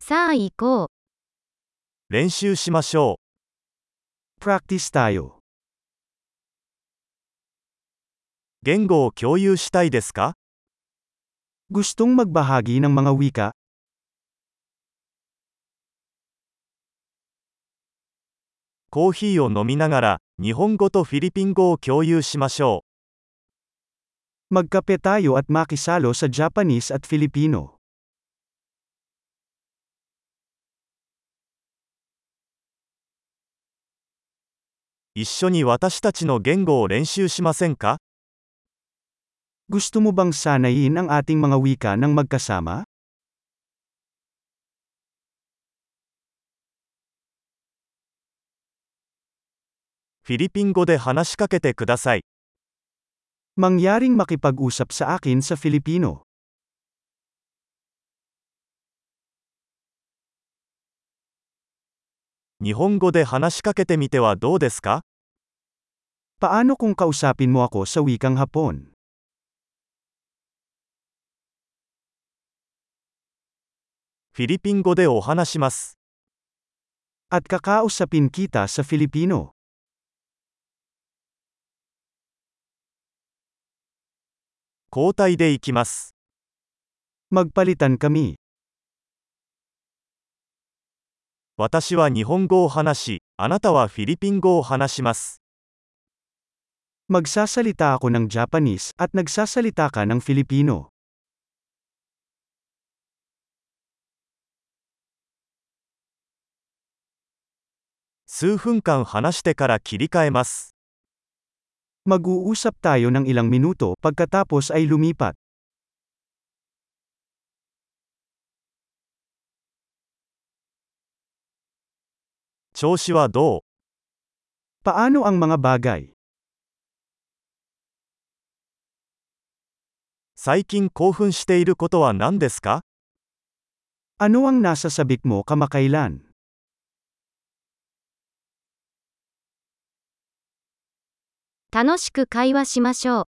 さあ行こう。練習しましょう。Practice tayo. 言語を共有したいですか Gustong magbahagi ng mga wika, コーヒーを飲みながら、日本語とフィリピン語を共有しましょ magkape tayo at makisalo sa Japanese at Filipino. う。一緒に私たちの言語を練習しませんか Gusto mo bang sanayin ang ating mga wika ng magkasama? フィリピン語で話しかけてください。 Mangyaring makipag-usap sa akin sa Filipino. 日本語で話しかけてみてはどうですか Paano kung kausapin mo ako sa wikang Hapon? フィリピン語でお話します。 At kakausapin kita sa Filipino. 交代でいきます。 Magpalitan kami. 私は日本語を話し、あなたはフィリピン語を話します。 Magsasalita ako ng Japanese at nagsasalita ka ng Filipino. 数分間話してから切り替えます。 Mag-uusap tayo ng ilang minuto pagkatapos ay lumipat. 調子はどう Paano ang mga bagay? 最近興奮していることは何ですか Ano ang nasa sabik mo kamakailan? 楽しく会話しましょう。